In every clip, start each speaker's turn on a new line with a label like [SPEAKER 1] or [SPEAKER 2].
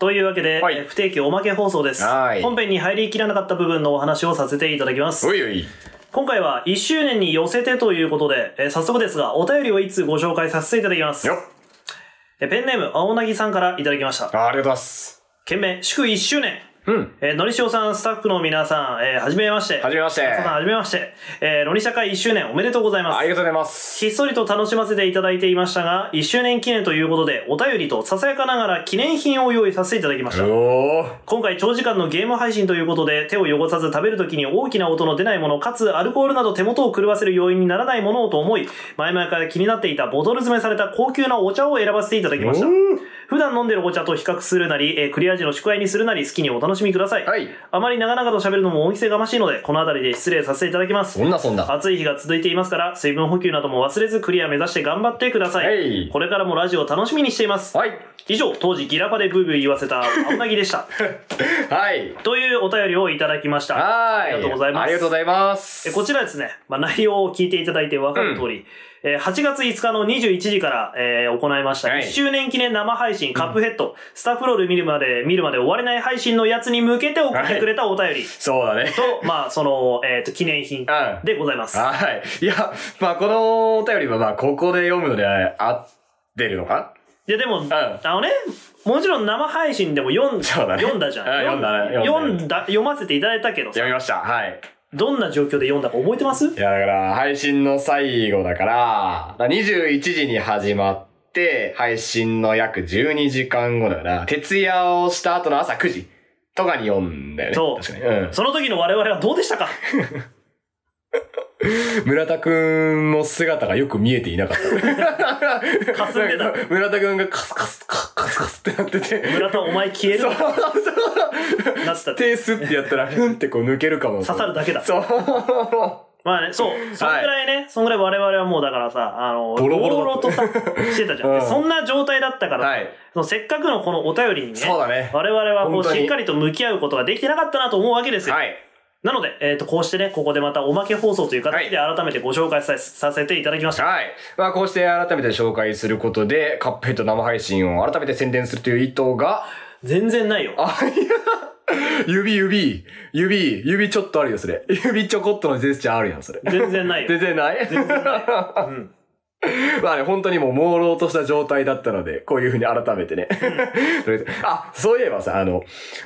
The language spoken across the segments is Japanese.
[SPEAKER 1] というわけで、
[SPEAKER 2] はい
[SPEAKER 1] えー不定期おまけ放送です
[SPEAKER 2] は。い
[SPEAKER 1] 本編に入りきらなかった部分のお話をさせていただきます。
[SPEAKER 2] おいおい。
[SPEAKER 1] 今回は1周年に寄せてということで、えー早速ですが、お便りを一通ご紹介させていただきます。
[SPEAKER 2] よっ。
[SPEAKER 1] えーペンネーム、青なぎさんからいただきました。
[SPEAKER 2] あありがとうございます。
[SPEAKER 1] 件名、祝1周年。
[SPEAKER 2] うん。
[SPEAKER 1] えーのりしおさん、スタッフの皆さん、えーはじめまして。
[SPEAKER 2] はじめまして。
[SPEAKER 1] 皆さん、
[SPEAKER 2] あ
[SPEAKER 1] はじめまして。えーのり社会1周年おめでとうございます。
[SPEAKER 2] りがとうございます。
[SPEAKER 1] ひっそりと楽しませていただいていましたが、1周年記念ということで、お便りとささやかながら記念品を用意させていただきました。
[SPEAKER 2] おー。
[SPEAKER 1] 今回長時間のゲーム配信ということで、手を汚さず食べるときに大きな音の出ないもの、かつアルコールなど手元を狂わせる要因にならないものをと思い、前々から気になっていたボトル詰めされた高級なお茶を選ばせていただきました
[SPEAKER 2] う。ん
[SPEAKER 1] 普段飲んでるお茶と比較するなり、えークリア時の宿題にするなり、好きにお楽しみください。
[SPEAKER 2] はい。
[SPEAKER 1] あまり長々と喋るのもお店がましいので、この辺りで失礼させていただきます。
[SPEAKER 2] そんなそんな。
[SPEAKER 1] 暑い日が続いていますから、水分補給なども忘れずクリア目指して頑張ってください。
[SPEAKER 2] はい
[SPEAKER 1] これからもラジオ楽しみにしています。
[SPEAKER 2] はい。
[SPEAKER 1] 以上、当時ギラパでブーブー言わせた青なぎでした。
[SPEAKER 2] はい。
[SPEAKER 1] というお便りをいただきました。
[SPEAKER 2] はい。
[SPEAKER 1] ありがとうございます
[SPEAKER 2] ありがとうございます。
[SPEAKER 1] えこちらですね、まあ、内容を聞いていただいて分かる通り、えー8月5日の21時から、えー行いました、
[SPEAKER 2] はい
[SPEAKER 1] 1周年記念生配信カップヘッド、スタッフロール見るまで、見るまで終われない配信のやつに向けて送ってくれたお便り
[SPEAKER 2] そうだね。
[SPEAKER 1] と、まあ、その、えっ、と、記念品
[SPEAKER 2] うん。
[SPEAKER 1] でございます。
[SPEAKER 2] はい。いや、まあ、このお便りは、まあ、ここで読むので合ってるのか
[SPEAKER 1] いやでも、
[SPEAKER 2] ん
[SPEAKER 1] あのね、もちろん生配信でも読ん,、
[SPEAKER 2] そうだね
[SPEAKER 1] 読んだじゃん。
[SPEAKER 2] あ読んだね
[SPEAKER 1] 読
[SPEAKER 2] 読
[SPEAKER 1] ん
[SPEAKER 2] んだね
[SPEAKER 1] だ読ませていただいたけどさ
[SPEAKER 2] 読みました。はい。
[SPEAKER 1] どんな状況で読んだか覚えてます
[SPEAKER 2] いや、だから、配信の最後だから、だから21時に始まって、配信の約12時間後だから、徹夜をした後の朝9時とかに読んだよね。
[SPEAKER 1] そう
[SPEAKER 2] 確かに。うん。
[SPEAKER 1] その時の我々はどうでしたか
[SPEAKER 2] 村田くんの姿がよく見えていな かった。
[SPEAKER 1] かすんでた。
[SPEAKER 2] 村田くんがカスカス、カカスカスってなってて、
[SPEAKER 1] 村田お前消える
[SPEAKER 2] そう、
[SPEAKER 1] なってたって。
[SPEAKER 2] 手ースってやったら、ふんってこう抜けるかも。
[SPEAKER 1] 刺さるだけだ。
[SPEAKER 2] そう。
[SPEAKER 1] まあね、そう。そんぐらいね、そんぐらい我々はもうだからさ、あの、
[SPEAKER 2] ボロボロ
[SPEAKER 1] 々とさ、してたじゃん。
[SPEAKER 2] うん
[SPEAKER 1] でそんな状態だったから、
[SPEAKER 2] はい。
[SPEAKER 1] そのせっかくのこのお便りにね、
[SPEAKER 2] そうだね。
[SPEAKER 1] 我々はこう
[SPEAKER 2] 本当に
[SPEAKER 1] しっかりと向き合うことができてなかったなと思うわけですよ。
[SPEAKER 2] はい。
[SPEAKER 1] なので、えっ、と、こうしてね、ここでまたおまけ放送という形で改めてご紹介さ,、させていただきました。
[SPEAKER 2] はい。まあ、こうして改めて紹介することで、カップヘッド生配信を改めて宣伝するという意図が、
[SPEAKER 1] 全然ないよ。
[SPEAKER 2] あ、いや、指、指、指、指ちょっとあるよ、それ。指ちょこっとのジェスチャーあるやん、それ。
[SPEAKER 1] 全然 ないよ。
[SPEAKER 2] 全然ない
[SPEAKER 1] 全然ない。うん。
[SPEAKER 2] まあね、本当にもう朦朧とした状態だったので、こういうふうに改めてね。とりあえずあ、 そういえばさ、あの、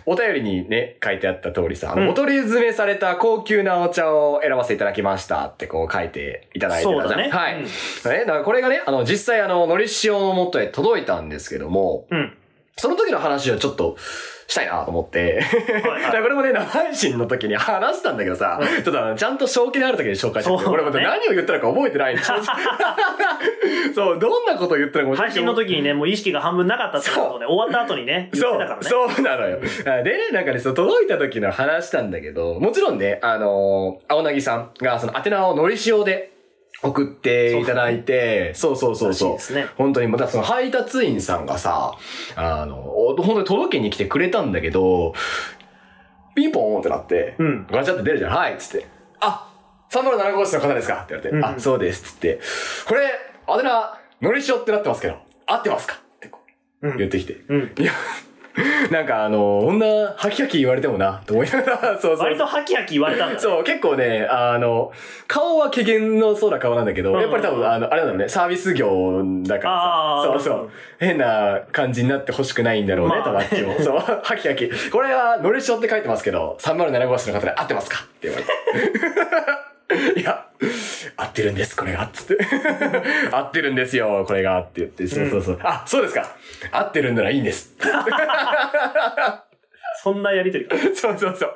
[SPEAKER 2] お便りにね、書いてあった通りさ、あの、
[SPEAKER 1] うん
[SPEAKER 2] お取り詰めされた高級なお茶を選ばせていただきましたってこう書いていただいてたじゃん。
[SPEAKER 1] そうだね
[SPEAKER 2] はい。
[SPEAKER 1] うん
[SPEAKER 2] ね、だからこれがね、あの、実際あの、のりしおのもとへ届いたんですけども、
[SPEAKER 1] うん。
[SPEAKER 2] その時の話をちょっとしたいなと思って。
[SPEAKER 1] はい
[SPEAKER 2] だ
[SPEAKER 1] は
[SPEAKER 2] か
[SPEAKER 1] い
[SPEAKER 2] らこれもね、生配信の時に話したんだけどさ、ちょっとあのちゃんと正気のある時に紹介して
[SPEAKER 1] そうだ
[SPEAKER 2] こ
[SPEAKER 1] ね
[SPEAKER 2] れも何を言ったのか覚えてないん そう、どんなことを言ったのか
[SPEAKER 1] 配信の時にね、もう意識が半分なかったってことをね、終わった後にね、言っ
[SPEAKER 2] そ
[SPEAKER 1] てたから
[SPEAKER 2] う、
[SPEAKER 1] ね。
[SPEAKER 2] そうなのよ。あでね、なんかね、そう届いた時の話なんだけど、もちろんね、あのー青なぎさんが、その、宛名をのりしおで送っていただいて、そうそうそう
[SPEAKER 1] そう
[SPEAKER 2] そう
[SPEAKER 1] で。すね。
[SPEAKER 2] 本当に、またその配達員さんがさ、あの、お本当に届けに来てくれたんだけど、ピンポーンってなって、
[SPEAKER 1] うん
[SPEAKER 2] ガチャって出るじゃん、はいっつって、あ307号室の方ですかって言われて、
[SPEAKER 1] うん
[SPEAKER 2] あ、そうですっつって、これ、あだ名、のりしおってなってますけど、合ってますかってこ
[SPEAKER 1] う
[SPEAKER 2] う言
[SPEAKER 1] ん。
[SPEAKER 2] ってきて、
[SPEAKER 1] うん。
[SPEAKER 2] いや、なんかあの、こんなハキハキ言われてもな、と思いなが ら、そうそう。
[SPEAKER 1] 割とハキハキ言われたんだ。
[SPEAKER 2] そう、結構ね、あの、顔は怪減のそうな顔なんだけど、
[SPEAKER 1] うん
[SPEAKER 2] やっぱり多分、あの、あれなんだろうね、サービス業だ
[SPEAKER 1] あ
[SPEAKER 2] か
[SPEAKER 1] ー
[SPEAKER 2] らさ、そうそう、変な感じになってほしくないんだろうね、
[SPEAKER 1] まあ
[SPEAKER 2] 多分あっちも。 そう、ハキハキ。これは、のりしおって書いてますけど、307号室の方で合ってますかって言われて。い や、合ってるんです、これが、つって。 合ってるんですよ、これが、って言って、そうそうそう。あ、そうですか。合ってるんならいいんです。
[SPEAKER 1] そんなやりとり。
[SPEAKER 2] そうそうそう。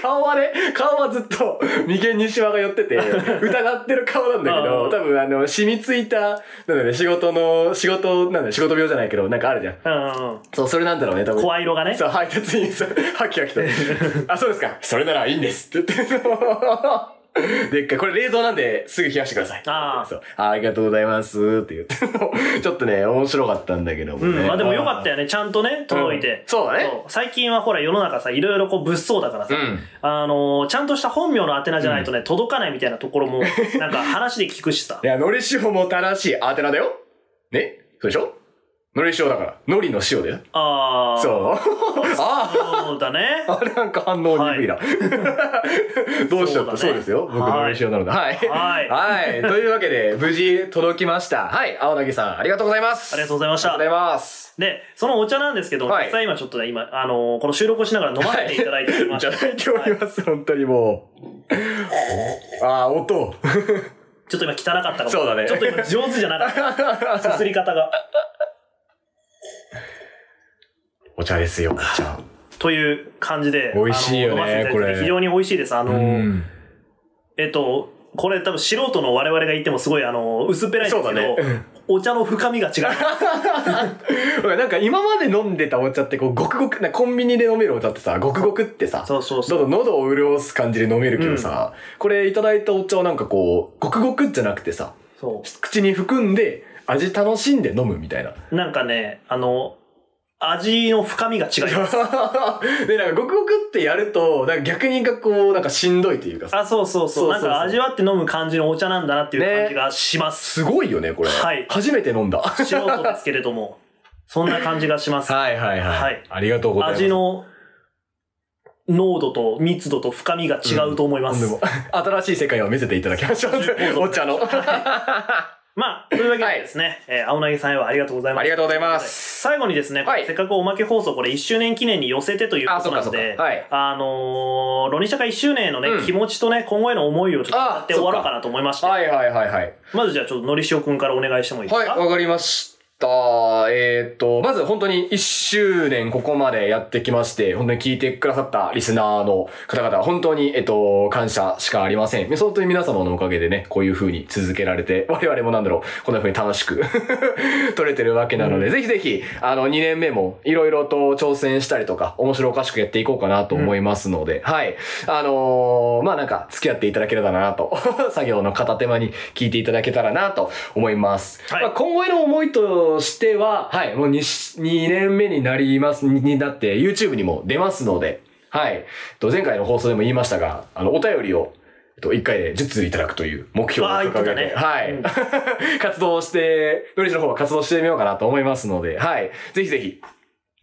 [SPEAKER 2] 顔はね、顔はずっと、眉間にシワが寄 ってて、疑ってる顔なんだけ
[SPEAKER 1] あ
[SPEAKER 2] ど、
[SPEAKER 1] あ
[SPEAKER 2] 多分あの、染みついた、なんだろうね、仕事の、仕事、なんだろう仕事病じゃないけど、なんかあるじゃん。
[SPEAKER 1] うんうん。
[SPEAKER 2] そう、それなんだろうね、多分。
[SPEAKER 1] 声色がね。
[SPEAKER 2] そう、配達員さん、ハキハキ と。あ、そうですか。それならいいんです。って言って。でっかい、これ冷蔵なんですぐ冷やしてください。
[SPEAKER 1] ああ
[SPEAKER 2] そう。ありがとうございます。って言って。ちょっとね、面白かったんだけども
[SPEAKER 1] う
[SPEAKER 2] ね。
[SPEAKER 1] ん。まあでもよかったよね。ちゃんとね、届いて
[SPEAKER 2] うん。そうだね
[SPEAKER 1] そう最近はほら世の中さ、いろいろこう物騒だから
[SPEAKER 2] う
[SPEAKER 1] さ。
[SPEAKER 2] ん。
[SPEAKER 1] あのーちゃんとした本名の宛名じゃないとね、届かないみたいなところ も、なんか話で聞くしさ
[SPEAKER 2] い。や、のりしおも正しい宛名だよ。ねそうでしょのり塩だから。海苔の塩だよ。
[SPEAKER 1] ああ。
[SPEAKER 2] そう。ああ
[SPEAKER 1] そうだ ね。
[SPEAKER 2] あれなんか反応鈍いな。 どうしちゃった
[SPEAKER 1] そうだね
[SPEAKER 2] そうですよ。僕の練習なので。はい。
[SPEAKER 1] はい
[SPEAKER 2] はい。というわけで、無事届きました。はい。青柳さん、ありがとうございます。
[SPEAKER 1] ありがとうございました
[SPEAKER 2] ありがとうございます。
[SPEAKER 1] で、そのお茶なんですけど、
[SPEAKER 2] はい
[SPEAKER 1] 実際今ちょっとね、今、あのーこの収録をしながら飲ませていただいておりま
[SPEAKER 2] い
[SPEAKER 1] す。
[SPEAKER 2] ただいております。本当にも う。ああ、音。
[SPEAKER 1] ちょっと今汚かったかも。
[SPEAKER 2] そうだね
[SPEAKER 1] ちょっと今上手じゃなかった。すすり方 が。
[SPEAKER 2] お茶ですよ。お茶。
[SPEAKER 1] という感じで。
[SPEAKER 2] 美味しいよね
[SPEAKER 1] あの飲ませてただいて
[SPEAKER 2] これ
[SPEAKER 1] 非常に美味しいです。あのー
[SPEAKER 2] うん
[SPEAKER 1] えっと、これ多分素人の我々が言ってもすごいあのー薄っぺらいんですけど、
[SPEAKER 2] そうだね
[SPEAKER 1] お茶の深みが違う。
[SPEAKER 2] なんか今まで飲んでたお茶ってこう、ごくごく、なんかコンビニで飲めるお茶ってさ、ごくごくってさ、
[SPEAKER 1] そうそう
[SPEAKER 2] ど
[SPEAKER 1] そ
[SPEAKER 2] ん
[SPEAKER 1] う。
[SPEAKER 2] どん喉を潤す感じで飲めるけどさ、これいただいたお茶はなんかこう、ごくごくじゃなくてさ、
[SPEAKER 1] そ
[SPEAKER 2] 口に含んで味楽しんで飲むみたいな。
[SPEAKER 1] う。なんかね、あの、味の深みが違います。
[SPEAKER 2] で、なんかごくごくってやると、なんか逆になんかこう、なんかしんどいというかさ、
[SPEAKER 1] あ、そうそうそう。
[SPEAKER 2] そうそうそう
[SPEAKER 1] なんか味わって飲む感じのお茶なんだなっていう感じがし ます。
[SPEAKER 2] すごいよね、これ。
[SPEAKER 1] はい
[SPEAKER 2] 初めて飲んだ。は
[SPEAKER 1] 素人ですけれども、そんな感じがします。
[SPEAKER 2] いはいはい。
[SPEAKER 1] はい
[SPEAKER 2] ありがとうございます。
[SPEAKER 1] 味の濃度と密度と深みが違うと思います。
[SPEAKER 2] でも、新しい世界を見せていただきま しょう。お茶の。
[SPEAKER 1] まあ、というわけでですね、えー青投げさんへはありがとうございます。
[SPEAKER 2] ありがとうございます。
[SPEAKER 1] 最後にですね、
[SPEAKER 2] はい
[SPEAKER 1] せっかくおまけ放送、これ1周年記念に寄せてという
[SPEAKER 2] あ、
[SPEAKER 1] こ
[SPEAKER 2] そ
[SPEAKER 1] とな
[SPEAKER 2] っかそ
[SPEAKER 1] の
[SPEAKER 2] っか。
[SPEAKER 1] で、
[SPEAKER 2] はい。
[SPEAKER 1] あのー、ロニシャ会1周年のね、
[SPEAKER 2] うん
[SPEAKER 1] 気持ちとね、今後への思いをちょっと語って終わろうかなと思いまして、
[SPEAKER 2] はいはいはいはい。
[SPEAKER 1] まずじゃあちょっとのりしおくんからお願いしてもいいです
[SPEAKER 2] は
[SPEAKER 1] か
[SPEAKER 2] い、わかりました。えっ、と、まず本当に1周年ここまでやってきまして、本当に聞いてくださったリスナーの方々、本当に、えっ、と、感謝しかありません。本当に皆様のおかげでね、こういう風に続けられて、我々もなんだろう、こんな風に楽しく 取れてるわけなので、ぜひぜひ、あの、2年目もいろいろと挑戦したりとか、面白おかしくやっていこうかなと思いますので、はい。あのーまあ、なんか、付き合っていただければなと、 作業の片手間に聞いていただけたらなと思います。
[SPEAKER 1] はい
[SPEAKER 2] まあ今後への思いとしては、はい、もう 2, 年目になります、にになって YouTube にも出ますので、はい。と前回の放送でも言いましたが、あの、お便りを、えっと、1回で10通いただくという目標を
[SPEAKER 1] わー言って
[SPEAKER 2] 掲
[SPEAKER 1] た
[SPEAKER 2] げて、
[SPEAKER 1] ね
[SPEAKER 2] はい。
[SPEAKER 1] うん
[SPEAKER 2] 活動して、ノリシの方は活動してみようかなと思いますので、はい。ぜひぜひ、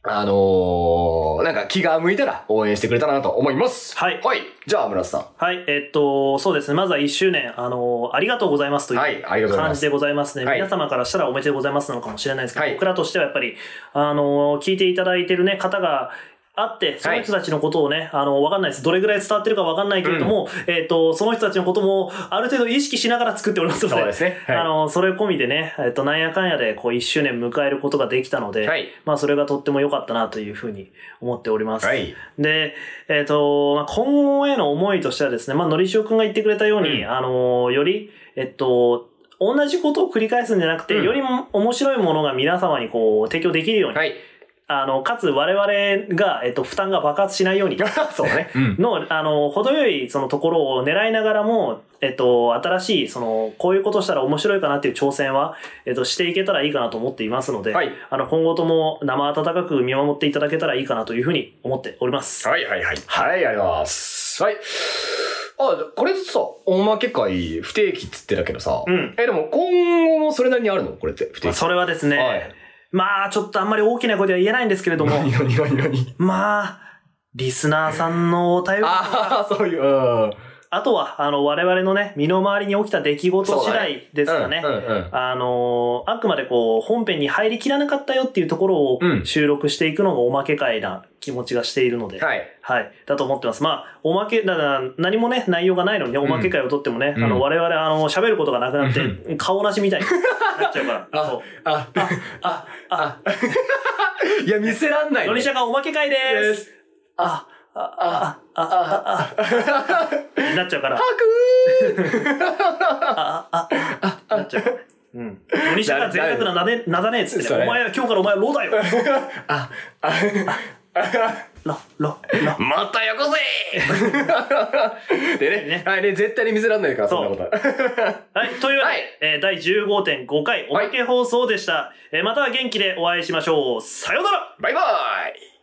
[SPEAKER 2] あのー、なんか気が向いたら応援してくれたらなと思います。
[SPEAKER 1] はい
[SPEAKER 2] はい。じゃあ、村瀬さん。
[SPEAKER 1] はい、えっと、そうですね。まずは1周年、あの、ありがとうございますとい
[SPEAKER 2] はいあり
[SPEAKER 1] う
[SPEAKER 2] がとうございます
[SPEAKER 1] 感じでございますね。
[SPEAKER 2] はい
[SPEAKER 1] 皆様からしたらおめでとうございますなのかもしれないですけど、
[SPEAKER 2] はい
[SPEAKER 1] 僕らとしてはやっぱり、あの、聞いていただいてるね、方が、あって、その人たちのことをね、あの、わかんないです。どれぐらい伝わってるかわかんないけれども、えっ、と、その人たちのことも、ある程度意識しながら作っておりますので、
[SPEAKER 2] そうですねはい
[SPEAKER 1] あの、それ込みでね、えっ、と、なんやかんやで、こう、1周年迎えることができたので、
[SPEAKER 2] はい
[SPEAKER 1] まあ、それがとっても良かったなというふうに思っております。
[SPEAKER 2] はい
[SPEAKER 1] で、えっ、と、まあ、今後への思いとしてはですね、まあ、のりしおくんが言ってくれたように、
[SPEAKER 2] うん
[SPEAKER 1] あの、より、えっと、同じことを繰り返すんじゃなくて、
[SPEAKER 2] うん
[SPEAKER 1] よりも面白いものが皆様にこう、提供できるように、
[SPEAKER 2] はい。
[SPEAKER 1] あの、かつ我々が、えっと、負担が爆発しないように、
[SPEAKER 2] そうね。うん。
[SPEAKER 1] の、あの、程よいそのところを狙いながらも、えっと、新しい、その、こういうことしたら面白いかなっていう挑戦は、えっと、していけたらいいかなと思っていますので、
[SPEAKER 2] はい
[SPEAKER 1] あの、今後とも生温かく見守っていただけたらいいかなというふうに思っております。
[SPEAKER 2] はいはいはい。はい、ありがとうございます。はい。あ、これさ、おまけ会不定期っつってたけどさ、
[SPEAKER 1] うん
[SPEAKER 2] え、でも今後もそれなりにあるのこれって、不定
[SPEAKER 1] まあ
[SPEAKER 2] 期。
[SPEAKER 1] それはですね、
[SPEAKER 2] はい
[SPEAKER 1] まあ、ちょっとあんまり大きな声では言えないんですけれども、
[SPEAKER 2] 何何何何
[SPEAKER 1] まあ、リスナーさんのお便りとか
[SPEAKER 2] ああ、そういう、うん。
[SPEAKER 1] あとは、あの、我々のね、身の回りに起きた出来事次第ですかね。
[SPEAKER 2] うんうんうん
[SPEAKER 1] あのーあくまでこう、本編に入りきらなかったよっていうところを
[SPEAKER 2] うん
[SPEAKER 1] 収録していくのがおまけ会な気持ちがしているので、
[SPEAKER 2] はい。
[SPEAKER 1] はい。だと思ってます。まあ、おまけ、だから何もね、内容がないのにね、おまけ会をとってもね、
[SPEAKER 2] うん
[SPEAKER 1] あの、我々、あの、喋ることがなくなって、
[SPEAKER 2] う
[SPEAKER 1] 顔なしみたいになっちゃうから。そう。
[SPEAKER 2] あ、あ、
[SPEAKER 1] あ、あ、
[SPEAKER 2] いや、見せらんない、
[SPEAKER 1] ロニシャがおまけ会で。
[SPEAKER 2] ですす。
[SPEAKER 1] あ、あ、あ、あ、あ、あ、あ、なっちゃうから。あ、あ、あ、あ、なっちゃうから。うん。ロニシャが贅沢ななで、なだねっつって
[SPEAKER 2] そう
[SPEAKER 1] ね、
[SPEAKER 2] ね
[SPEAKER 1] お前は今日からお前はロだよ。
[SPEAKER 2] あ、あ、
[SPEAKER 1] ロ、ロ、ロ。
[SPEAKER 2] またよこ せでね
[SPEAKER 1] ね
[SPEAKER 2] はい、ね、絶対に見せらんないから、そんなことは。
[SPEAKER 1] はい、というわけで、えー第15.5回おまけ放送でした。えーまた元気でお会いしましょう。さようなら
[SPEAKER 2] バイバイ